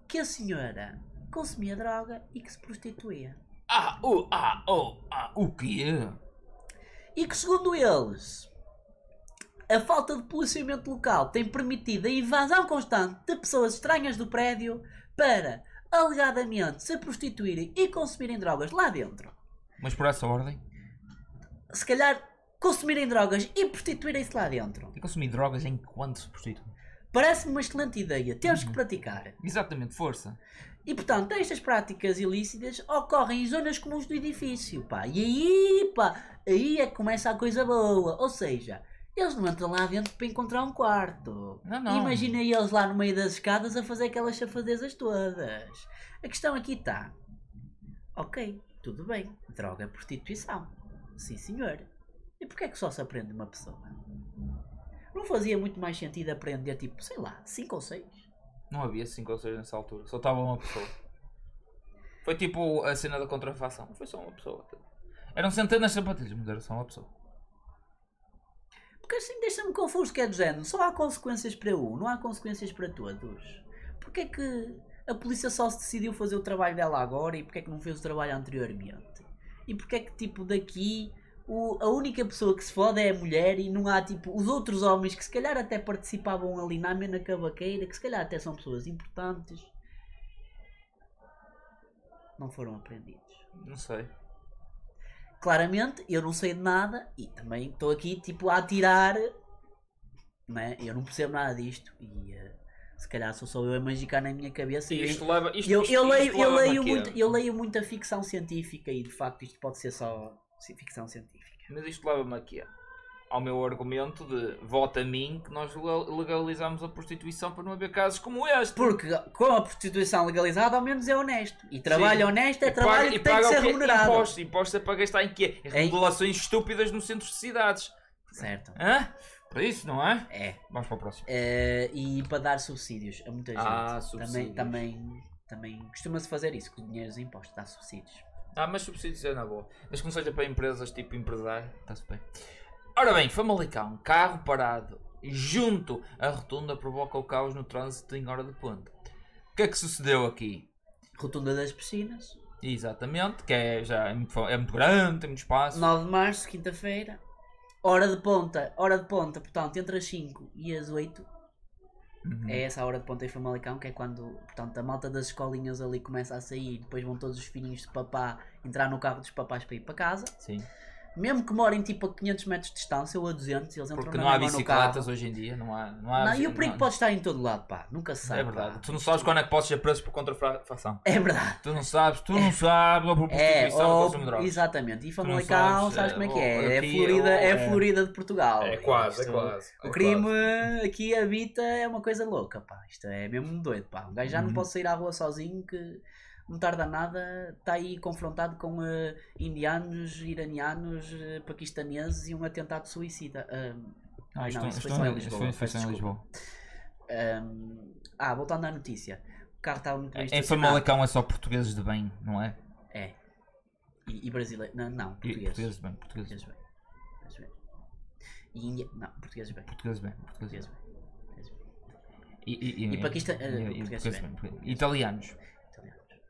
S3: que a senhora consumia droga e que se prostituía.
S2: Ah, o, ah, oh, ah, o quê?
S3: E que, segundo eles, a falta de policiamento local tem permitido a invasão constante de pessoas estranhas do prédio para, alegadamente, se prostituírem e consumirem drogas lá dentro.
S2: Mas por essa ordem?
S3: Se calhar, consumirem drogas e prostituírem-se lá dentro.
S2: E consumir drogas enquanto se prostitui?
S3: Parece-me uma excelente ideia, temos que praticar.
S2: Exatamente, força.
S3: E portanto, estas práticas ilícitas ocorrem em zonas comuns do edifício, pá. E aí, pá, aí é que começa a coisa boa. Ou seja, eles não entram lá dentro para encontrar um quarto.
S2: Não, não.
S3: Imagina eles lá no meio das escadas a fazer aquelas chafadezas todas. A questão aqui tá. está. Ok, tudo bem. Droga, prostituição. é Sim, senhor. E porquê é que só se aprende uma pessoa? Não fazia muito mais sentido aprender, tipo, sei lá, 5 ou 6?
S2: Não havia 5 ou 6 nessa altura, só estava uma pessoa. Foi tipo a cena da contrafação, foi só uma pessoa. tipo. Eram centenas de sapatilhas, mas era só uma pessoa.
S3: Porque assim deixa-me confuso, que é do género. Só há consequências para um, não há consequências para todos. Porquê é que a polícia só se decidiu fazer o trabalho dela agora e porquê é que não fez o trabalho anteriormente? E porquê é que, tipo, daqui o- a única pessoa que se fode é a mulher e não há, tipo, os outros homens que se calhar até participavam ali na na cavaqueira, que se calhar até são pessoas importantes, não foram apreendidos
S2: Não sei.
S3: claramente eu não sei de nada e também estou aqui tipo a tirar né? eu não percebo nada disto e eh, se calhar sou só eu a magicar na minha cabeça
S2: E
S3: e
S2: isto leva. Isto,
S3: eu,
S2: isto-
S3: eu
S2: isto é.
S3: leio, eu,
S2: leva-me
S3: leio
S2: aqui a-
S3: muito, eu leio muita ficção científica e de facto isto pode ser só ci- ficção científica
S2: Mas isto leva-me aqui a- ao meu argumento de vota a mim que nós legal- legalizamos a prostituição para não haver casos como este.
S3: porque com a prostituição legalizada ao menos é honesto e trabalho
S2: Sim.
S3: honesto é
S2: E
S3: trabalho
S2: paga-
S3: que
S2: e
S3: tem que
S2: paga
S3: ser
S2: o quê?
S3: remunerado
S2: Impostos, impostos é para gastar em quê? Em
S3: Em-
S2: regulações estúpidas nos centros de cidades.
S3: certo
S2: Hã? Para isso, não é?
S3: é
S2: Vamos para o próximo.
S3: Eh, e para dar subsídios a muita gente.
S2: Ah,
S3: também,
S2: subsídios.
S3: também, também costuma-se fazer isso, com o dinheiro dos impostos, dá subsídios.
S2: Ah, mas subsídios é na boa. Mas que não seja para empresas tipo empresário, está-se bem. Ora bem, Famalicão, carro parado junto à rotunda provoca o caos no trânsito em hora de ponte. O que é que sucedeu aqui?
S3: Rotunda das piscinas,
S2: Exatamente, que é, já é, muito, fa- é muito grande, tem muito espaço.
S3: 9 de março, quinta-feira. Hora de ponta, hora de ponta, portanto, entre as 5 e as 8
S2: Uhum.
S3: é essa a hora de ponta em Famalicão, que é quando, portanto, a malta das escolinhas ali começa a sair, depois vão todos os filhinhos de papá entrar no carro dos papás para ir para casa.
S2: Sim,
S3: Mesmo que morem tipo a 500 metros de distância ou a 200, eles entram
S2: porque
S3: na
S2: não há
S3: mesma no carro.
S2: bicicletas hoje em dia, não há. Não, há assim,
S3: Não, e o perigo
S2: não-
S3: pode estar em todo lado, pá, nunca se sabe.
S2: É verdade,
S3: pá.
S2: tu não sabes quando é que podes ser preso por contrafação.
S3: É verdade.
S2: Tu não sabes, tu não sabes, ou por
S3: É,
S2: prostituição, ou
S3: ou-
S2: consumo de drogas.
S3: exatamente. E
S2: Tu
S3: Famalicão,
S2: não
S3: sabes,
S2: sabes,
S3: como é
S2: é,
S3: que
S2: ou
S3: é? É a
S2: aqui,
S3: Florida,
S2: ou-
S3: é a
S2: é.
S3: Florida de Portugal.
S2: É quase, é
S3: Isto-
S2: quase. é
S3: O
S2: quase.
S3: crime aqui habita é uma coisa louca, pá. Isto é mesmo doido, pá. Um gajo já não
S2: Uhum.
S3: pode sair à rua sozinho que não tarda nada, está aí confrontado com eh, indianos, iranianos, eh, paquistaneses e um atentado suicida. Ahm,
S2: Ah, isto,
S3: Não,
S2: isto,
S3: isso foi
S2: isto,
S3: só em
S2: isto
S3: Lisboa,
S2: foi-
S3: peço
S2: foi só em
S3: desculpa.
S2: Lisboa.
S3: ahm, ah, voltando à notícia. O ah, carro estava muito bem
S2: Em
S3: estacionado.
S2: Famalicão é só portugueses de bem, não é?
S3: É. E, e brasileiro. Não, não
S2: E-
S3: português.
S2: Portugueses de bem, portugueses
S3: Português
S2: de
S3: bem. Português bem. E Índia. Não, português bem.
S2: bem. Portugueses de bem, portugueses
S3: Português
S2: de bem.
S3: bem. Portugueses bem.
S2: E, e,
S3: E paquista- eh,
S2: e- e
S3: portugueses
S2: portugueses
S3: de
S2: de
S3: bem.
S2: bem. Italianos.
S3: Italianos.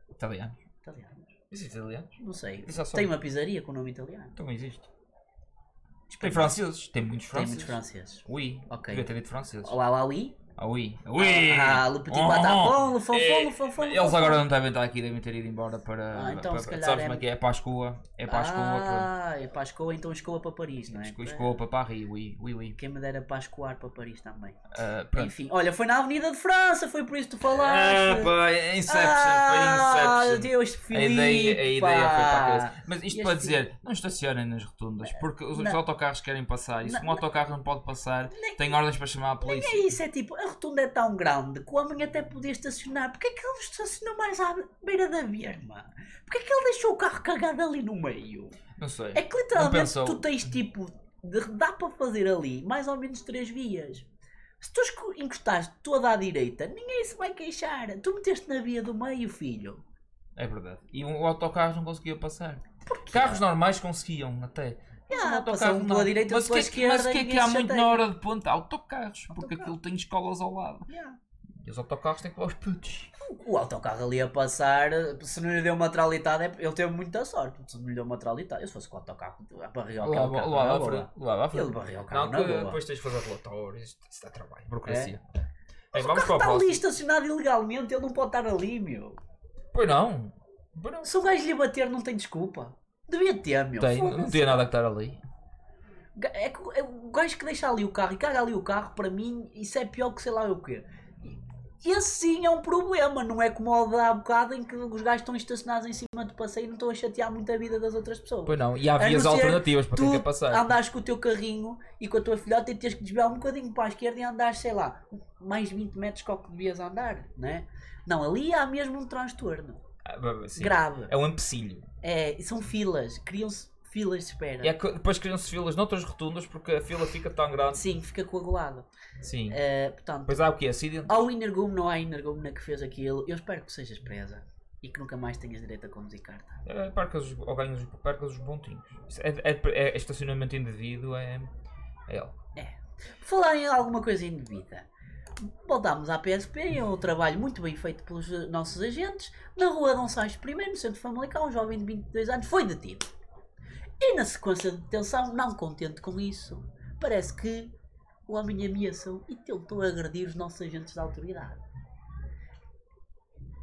S2: Italianos.
S3: Italianos.
S2: Existe italianos?
S3: Não sei.
S2: Isso é só-
S3: Tem uma pizzaria com o nome italiano.
S2: Então existe. Tem
S3: Espanhol.
S2: franceses, tem muitos
S3: Tem
S2: franceses.
S3: muitos franceses.
S2: Oui,
S3: Ok.
S2: devia ter dito franceses.
S3: Olá, lá, oui.
S2: Ah, oui. Oui!
S3: Ah, le petit
S2: Oh,
S3: patapon,
S2: oh.
S3: le fonfon,
S2: Eh,
S3: le fonfon, le
S2: Eles
S3: fonfon.
S2: agora não devem estar aqui, devem ter ido embora para.
S3: Ah, então,
S2: para-
S3: se
S2: para-
S3: calhar
S2: Sabes
S3: é-
S2: como é que é? É para a escola. É para a escola. para-
S3: Ah, é para a escola, então escoa para Paris, não é?
S2: Esco- Escola para Paris, oui, oui, oui.
S3: Quem me dera para escoar para Paris também.
S2: Ah, pronto.
S3: Enfim, olha, foi na Avenida de França, foi por isso que tu falaste.
S2: Ah, pá, é Inception,
S3: Ah,
S2: foi Inception.
S3: Deus,
S2: A
S3: Filipe,
S2: ideia, a ideia foi para a cabeça.
S3: pá.
S2: Mas isto
S3: Este
S2: para dizer, não estacionem nas rotundas, porque os, os
S3: Não.
S2: autocarros querem passar. E se um autocarro É. não é pode passar,
S3: Nem-
S2: tem ordens para chamar a polícia.
S3: É isso, é tipo, a rotunda é tão grande que o homem até podia estacionar. Porquê é que ele estacionou mais à beira da berma? Porquê é que ele deixou o carro cagado ali no meio?
S2: Não sei.
S3: É que
S2: Não
S3: literalmente
S2: pensou.
S3: tu tens tipo, de- dá para fazer ali mais ou menos três vias. Se tu esco- encostares toda à direita, ninguém se vai queixar. Tu meteste na via do meio, filho.
S2: É verdade. E o o autocarro não conseguia passar. Carros normais conseguiam até. Mas
S3: Ah,
S2: um autocarro
S3: passavam
S2: não.
S3: pela direita,
S2: mas o que,
S3: pela
S2: é que- mas o
S3: esquerda
S2: que
S3: e
S2: é que
S3: ninguém
S2: há
S3: se
S2: muito
S3: chateia.
S2: na hora de ponta? Autocarros, porque
S3: Autocarro.
S2: aquilo tem escolas ao lado.
S3: Yeah.
S2: E os autocarros têm que levar os putos.
S3: O autocarro ali a passar, se não lhe deu uma tralitada, é- ele teve muita sorte. Se não lhe deu uma tralitada, eu se fosse com o autocarro, barriu
S2: Lá,
S3: aquele carro. na
S2: lá,
S3: boa.
S2: lá, lá, lá,
S3: Ele barriu o carro na
S2: Não, que
S3: boa.
S2: depois tens de fazer relatórios, isto isto dá trabalho, É. burocracia. Bem,
S3: Mas o
S2: vamos
S3: carro
S2: para o
S3: está ali
S2: próximo.
S3: estacionado ilegalmente, ele não pode estar ali, meu.
S2: Pois não. Pois não.
S3: Se o gajo lhe bater, não tem desculpa. Devia ter, meu.
S2: Tem, né? não
S3: Foda-se.
S2: tinha nada que estar ali.
S3: Ga- É que o- é o gajo que deixa ali o carro e caga ali o carro, para mim, isso é pior que sei lá o quê. E- Esse sim é um problema, não é como o da há bocado em que os gajos estão estacionados em cima do passeio e não estão a chatear muito a vida das outras pessoas.
S2: Pois não, e há
S3: A não
S2: vias
S3: ser
S2: alternativas para
S3: tu
S2: quem quer passar.
S3: andares com o teu carrinho e com a tua filhota e tens que desviar um bocadinho para a esquerda e andares, sei lá, mais 20 metros que o que devias andar, né? Não, ali há mesmo um transtorno
S2: Ah, bah, bah, sim.
S3: grave.
S2: É um empecilho.
S3: É, e são filas, criam-se filas de espera.
S2: E é que depois criam-se filas noutras rotundas porque a fila fica tão grande.
S3: Sim, fica coagulado.
S2: Sim.
S3: Eh, portanto,
S2: Pois há o quê? Acidente?
S3: ao Inergume, não há Inergume na que fez aquilo. Eu espero que sejas presa e que nunca mais tenhas direito a conduzir carta.
S2: É, Percas os, ou ganhas, os- percas os pontinhos. Isso É, é- é estacionamento indevido, é. É algo.
S3: Por Falar em alguma coisa indevida. Voltámos à PSP, é um trabalho muito bem feito pelos eh, nossos agentes. Na rua Dom Sancho I, no centro de Famalicão, um jovem de 22 anos foi detido. E na sequência de detenção, não contente com isso, parece que o homem ameaçou e tentou agredir os nossos agentes da autoridade.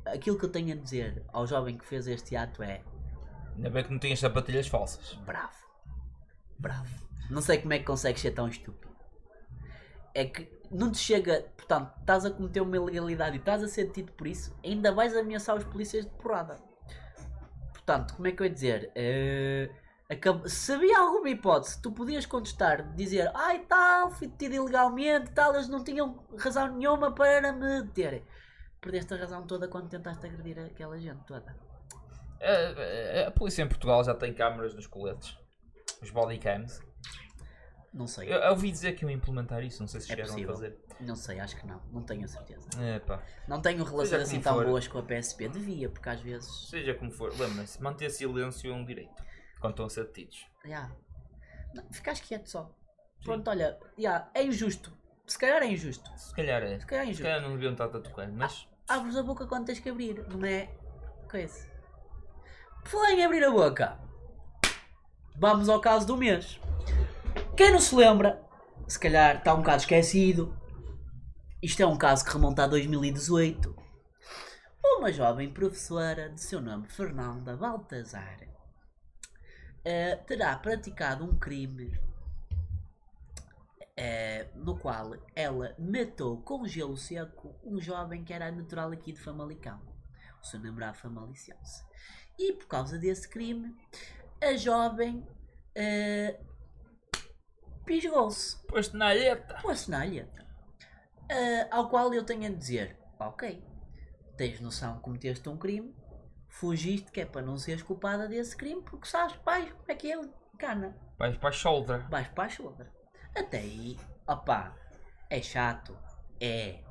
S3: Aquilo que eu tenho a dizer ao jovem que fez este ato é
S2: Ainda bem que não tinhas sapatilhas falsas.
S3: Bravo. Bravo. Não sei como é que consegues ser tão estúpido. É que não te chega. Portanto, estás a cometer uma ilegalidade e estás a ser detido por isso, ainda vais ameaçar os polícias de porrada. Portanto, como é que eu ia dizer? Eh, acab- Se havia alguma hipótese, tu podias contestar, dizer ai tal, fui detido ilegalmente, tal, eles não tinham razão nenhuma para me deterem. Perdeste a razão toda quando tentaste agredir aquela gente toda.
S2: A, a- a polícia em Portugal já tem câmaras nos coletes. Os bodycams.
S3: Não sei,
S2: Eu, eu ouvi dizer que iam implementar isso, não sei se
S3: É
S2: chegaram a
S3: possível.
S2: fazer.
S3: não sei, acho que não, não tenho a certeza.
S2: É, pá.
S3: Não tenho
S2: Seja
S3: relações assim
S2: como
S3: tão
S2: for.
S3: boas com a PSP. Devia, porque às vezes.
S2: Seja como for, lembrem-se, manter silêncio é um direito. Quando estão a ser detidos.
S3: Ya. Não, ficas quieto só. Pronto, olha, ya, é injusto. Se calhar é injusto.
S2: Se calhar é.
S3: Se calhar é
S2: Se
S3: injusto.
S2: calhar não deviam estar a tocar, mas.
S3: Abres a boca quando tens que abrir, não é? Coisa. Por falar em abrir a boca, vamos ao caso do mês. Quem não se lembra, se calhar está um bocado esquecido. Isto é um caso que remonta a 2018. Uma jovem professora de seu nome Fernanda Baltazar eh, terá praticado um crime eh, no qual ela matou com gelo seco um jovem que era natural aqui de Famalicão. O seu nome era Famaliciense. E por causa desse crime, a jovem eh, pisgou-se
S2: Pois na alheta!
S3: uma assinalheta. eh, ao qual eu tenho a dizer: Ok, tens noção que cometeste um crime, fugiste que é para não seres culpada desse crime, porque sabes, pai, como é que é? Cana,
S2: Vais para a shoulder.
S3: vais para a shoulder. Até aí, opá, é chato, é,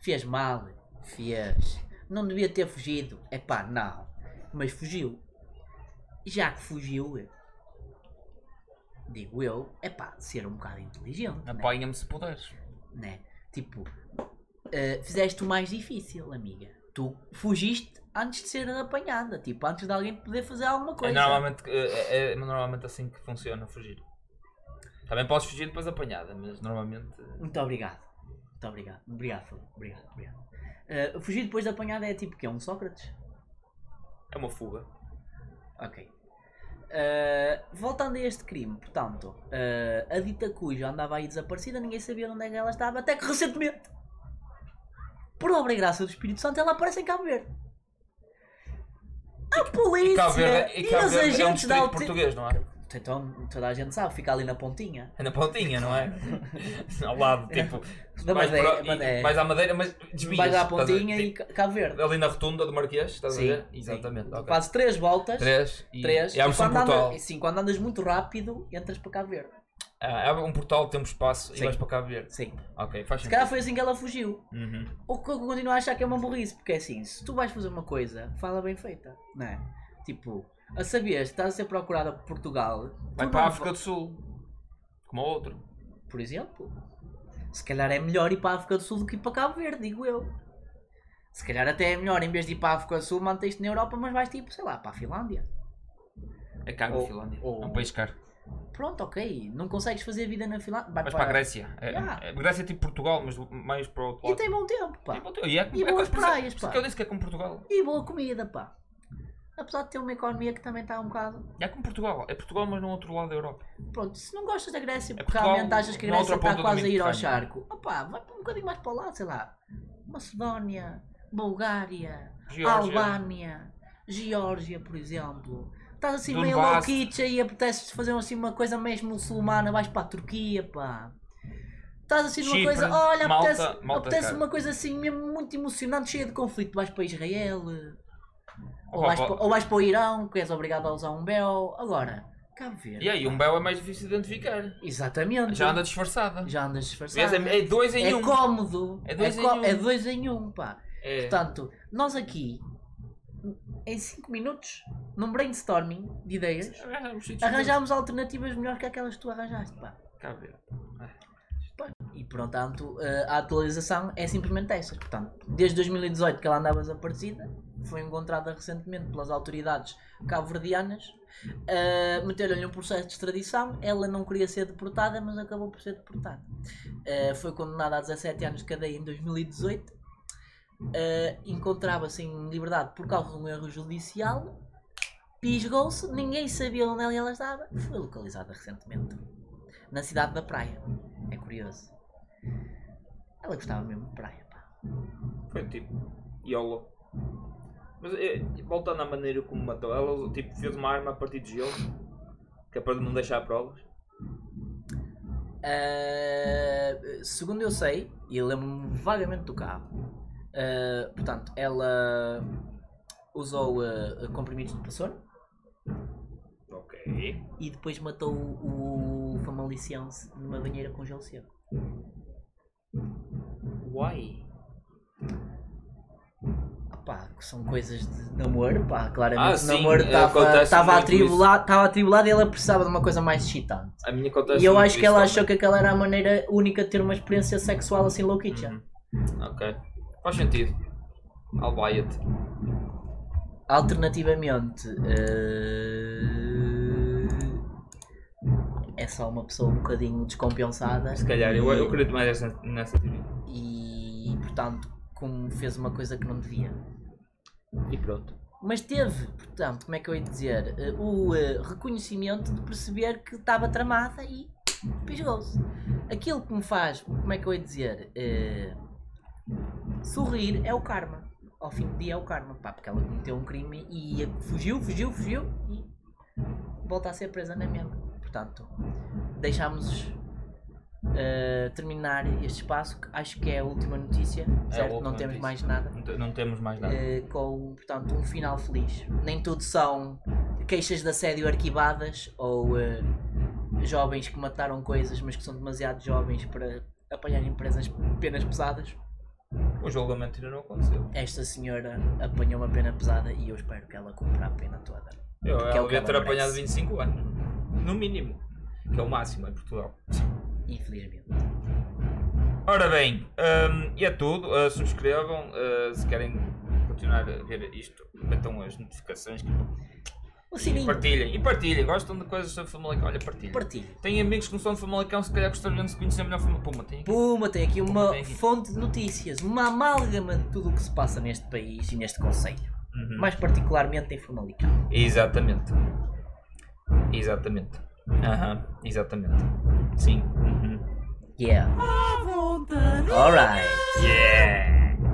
S3: fez mal, fez, não devia ter fugido, é pá, não, mas fugiu. Já que fugiu, digo eu, é pá, ser um bocado inteligente. né?
S2: Apanha-me se puderes. É
S3: né? Tipo, eh, fizeste o mais difícil, amiga. Tu fugiste antes de ser apanhada, tipo, antes de alguém poder fazer alguma
S2: É
S3: coisa.
S2: normalmente, é, é- é normalmente assim que funciona fugir. Também podes fugir depois apanhada, mas normalmente.
S3: Muito obrigado. Muito obrigado. Obrigado, Filipe. Obrigado, obrigado. Eh, fugir depois da apanhada é tipo que é um Sócrates.
S2: É uma fuga.
S3: Ok. Eh, voltando a este crime, portanto, eh, a dita cuja andava aí desaparecida, ninguém sabia onde é que ela estava, até que recentemente, por obra e graça do Espírito Santo, ela aparece em Cabo Verde. A polícia e,
S2: Cabo Verde- e Cabo
S3: os
S2: Verde é um
S3: agentes da
S2: distrito
S3: autoridade.
S2: português, não é?
S3: Então, toda a gente sabe, fica ali na pontinha.
S2: É na pontinha,
S3: *laughs*
S2: não é? Ao lado, tipo.
S3: Da
S2: vais,
S3: Madeira,
S2: para- e-
S3: Madeira.
S2: vais à madeira, mas desvias.
S3: Vai é. à
S2: estás a ver?
S3: pontinha e
S2: Tipo,
S3: Ca- Cabo Verde.
S2: Ali na rotunda do Marquês, estás
S3: Sim,
S2: a ver?
S3: sim.
S2: Exatamente. ok.
S3: Faz três voltas.
S2: Três. E,
S3: três.
S2: e abre-se um
S3: quando
S2: portal.
S3: andas, sim, quando andas muito rápido, entras para Cabo Verde.
S2: Ah, abre um portal, temos espaço e
S3: Sim.
S2: vais para cá ver.
S3: Sim.
S2: Ok, faz
S3: Se
S2: sentido.
S3: calhar foi assim que ela fugiu.
S2: Uhum.
S3: O que eu continuo a achar que é uma burrice, porque é assim, se tu vais fazer uma coisa, fala bem feita, não é? Tipo, a saber, se estás a ser procurada por Portugal, tu
S2: Vai
S3: não
S2: para a
S3: va-
S2: África do Sul. Como outro.
S3: por exemplo, se calhar é melhor ir para a África do Sul do que ir para Cabo Verde, digo eu. Se calhar até é melhor, em vez de ir para a África do Sul, mantens-te na Europa, mas vais tipo, sei lá, para a Finlândia.
S2: É cá na
S3: Ou-
S2: Finlândia.
S3: ou-
S2: É um país caro.
S3: Pronto, ok, não consegues fazer vida na Finlândia, vai
S2: Mas para a Grécia. É,
S3: Yeah.
S2: é- Grécia é tipo Portugal, mas mais para o outro
S3: E
S2: lado.
S3: tem bom tempo, pá.
S2: Tipo, E, é,
S3: E
S2: é
S3: boas
S2: quase- por isso-
S3: praias,
S2: por isso
S3: pá.
S2: que eu disse que é como Portugal.
S3: E boa comida, pá. Apesar de ter uma economia que também está um bocado...
S2: É como Portugal. É Portugal, mas no outro lado da Europa.
S3: Pronto, se não gostas da Grécia porque
S2: Portugal,
S3: realmente achas que a
S2: na
S3: Grécia
S2: um- outra
S3: está
S2: ponta do
S3: quase a ir ao
S2: Mediterrâneo.
S3: charco, opá, vai para um bocadinho mais para lá, sei lá. Macedónia, Bulgária,
S2: Geórgia.
S3: Albânia, Geórgia, por exemplo. Estás assim meio
S2: Donbass.
S3: low kitsch e apetece fazer assim uma coisa mesmo muçulmana, vais para a Turquia, pá. Estás assim numa
S2: Chipre,
S3: coisa, olha,
S2: Malta- Malta,
S3: apetece,
S2: é
S3: apetece
S2: cara.
S3: uma coisa assim mesmo muito emocionante, cheia de conflito, vais para Israel. Ou
S2: Opa,
S3: vais,
S2: opa.
S3: para, ou vais para o Irão, que és obrigado a usar um bel. Agora, Cabo Verde.
S2: E aí, um Bel é mais difícil de identificar.
S3: Exatamente.
S2: Já anda disfarçada.
S3: Já andas
S2: Vês?
S3: disfarçado.
S2: É, é dois em
S3: É
S2: um.
S3: cómodo.
S2: É dois em
S3: có-
S2: um.
S3: é dois em um, pá.
S2: É.
S3: Portanto, nós aqui, em 5 minutos, num brainstorming de
S2: É,
S3: ideias,
S2: Arranjamos sítios
S3: arranjámos alternativas melhores que aquelas que tu arranjaste, pá.
S2: bons. Cabo Verde.
S3: Pá, E portanto, eh, a atualização é simplesmente essa. Portanto, desde 2018 que ela andava desaparecida, foi encontrada recentemente pelas autoridades cabo-verdianas, eh, meteram-lhe um processo de extradição, ela não queria ser deportada, mas acabou por ser deportada. Eh, foi condenada a 17 anos de cadeia em 2018, eh, encontrava-se em liberdade por causa de um erro judicial, pisgou-se, ninguém sabia onde ela estava, foi localizada recentemente, na cidade da Praia. É curioso. Ela gostava mesmo de praia, pá.
S2: Foi tipo. YOLO. Mas é, voltando à maneira como matou, ela usou- tipo, fez uma arma a partir de gelo. Que é para não deixar provas.
S3: Ah, segundo eu sei, e lembro-me vagamente do carro, ah, portanto, ela usou ah, comprimidos de passor
S2: Ok.
S3: e depois matou o, o famaliciense numa banheira com gelo seco.
S2: Why?
S3: Ah, pá, que são coisas de namoro, pá, claramente
S2: Ah,
S3: o
S2: sim,
S3: namoro
S2: eh, acontece
S3: estava
S2: muito
S3: atribulado, tava atribulado e ela precisava de uma coisa mais excitante.
S2: A minha é acontece
S3: E eu
S2: muito
S3: acho que ela
S2: isso
S3: achou que aquela era a maneira única de ter uma experiência sexual assim low
S2: também.
S3: kitchen.
S2: Uhum. Ok. Faz sentido. I'll buy it.
S3: Alternativamente, eh, é só uma pessoa um bocadinho descompensada
S2: Se calhar, eu, eu acredito mais nessa, nessa teoria.
S3: e, portanto, como fez uma coisa que não devia.
S2: E pronto.
S3: Mas teve, portanto, como é que eu ia dizer, eh, o eh, reconhecimento de perceber que estava tramada e pisgou-se. Aquilo que me faz, como é que eu ia dizer, eh, sorrir é o karma. Ao fim do dia é o karma, pá, porque ela cometeu um crime e fugiu, fugiu, fugiu e volta a ser presa na mesma. Portanto, deixámos eh, terminar este espaço, que acho que é a última notícia,
S2: É a
S3: certo?
S2: última
S3: Não temos
S2: notícia.
S3: mais nada.
S2: Não, te- não temos mais nada.
S3: Eh, com portanto, um final feliz. Nem tudo são queixas de assédio arquivadas ou eh, jovens que mataram coisas, mas que são demasiado jovens para apanharem presas penas pesadas.
S2: O julgamento ainda não aconteceu.
S3: Esta senhora apanhou uma pena pesada e eu espero que ela cumpra a pena toda.
S2: Eu,
S3: Porque é
S2: ela
S3: o que
S2: devia ter
S3: ela
S2: apanhado
S3: merece.
S2: 25 anos. No mínimo. Que é o máximo em Portugal.
S3: Infelizmente.
S2: Ora bem, hum, e é tudo. Uh, subscrevam uh, se querem continuar a ver isto. Metam as notificações.
S3: O Um sininho.
S2: Partilhem. E partilhem. Gostam de coisas sobre Famalicão? Olha, partilhem.
S3: Partilha.
S2: Tem amigos que não são de Famalicão, se calhar gostariam de se conhecer melhor Famalicão. Puma, tem aqui.
S3: Puma, tem aqui uma
S2: Tem aqui.
S3: fonte de notícias, uma amálgama de tudo o que se passa neste país e neste conselho.
S2: Uhum.
S3: Mais particularmente em Famalicão.
S2: Exatamente. Exatamente. Aham, exatamente. Sim. Uhum.
S3: Yeah.
S1: À vontade.
S3: Alright.
S2: Yeah!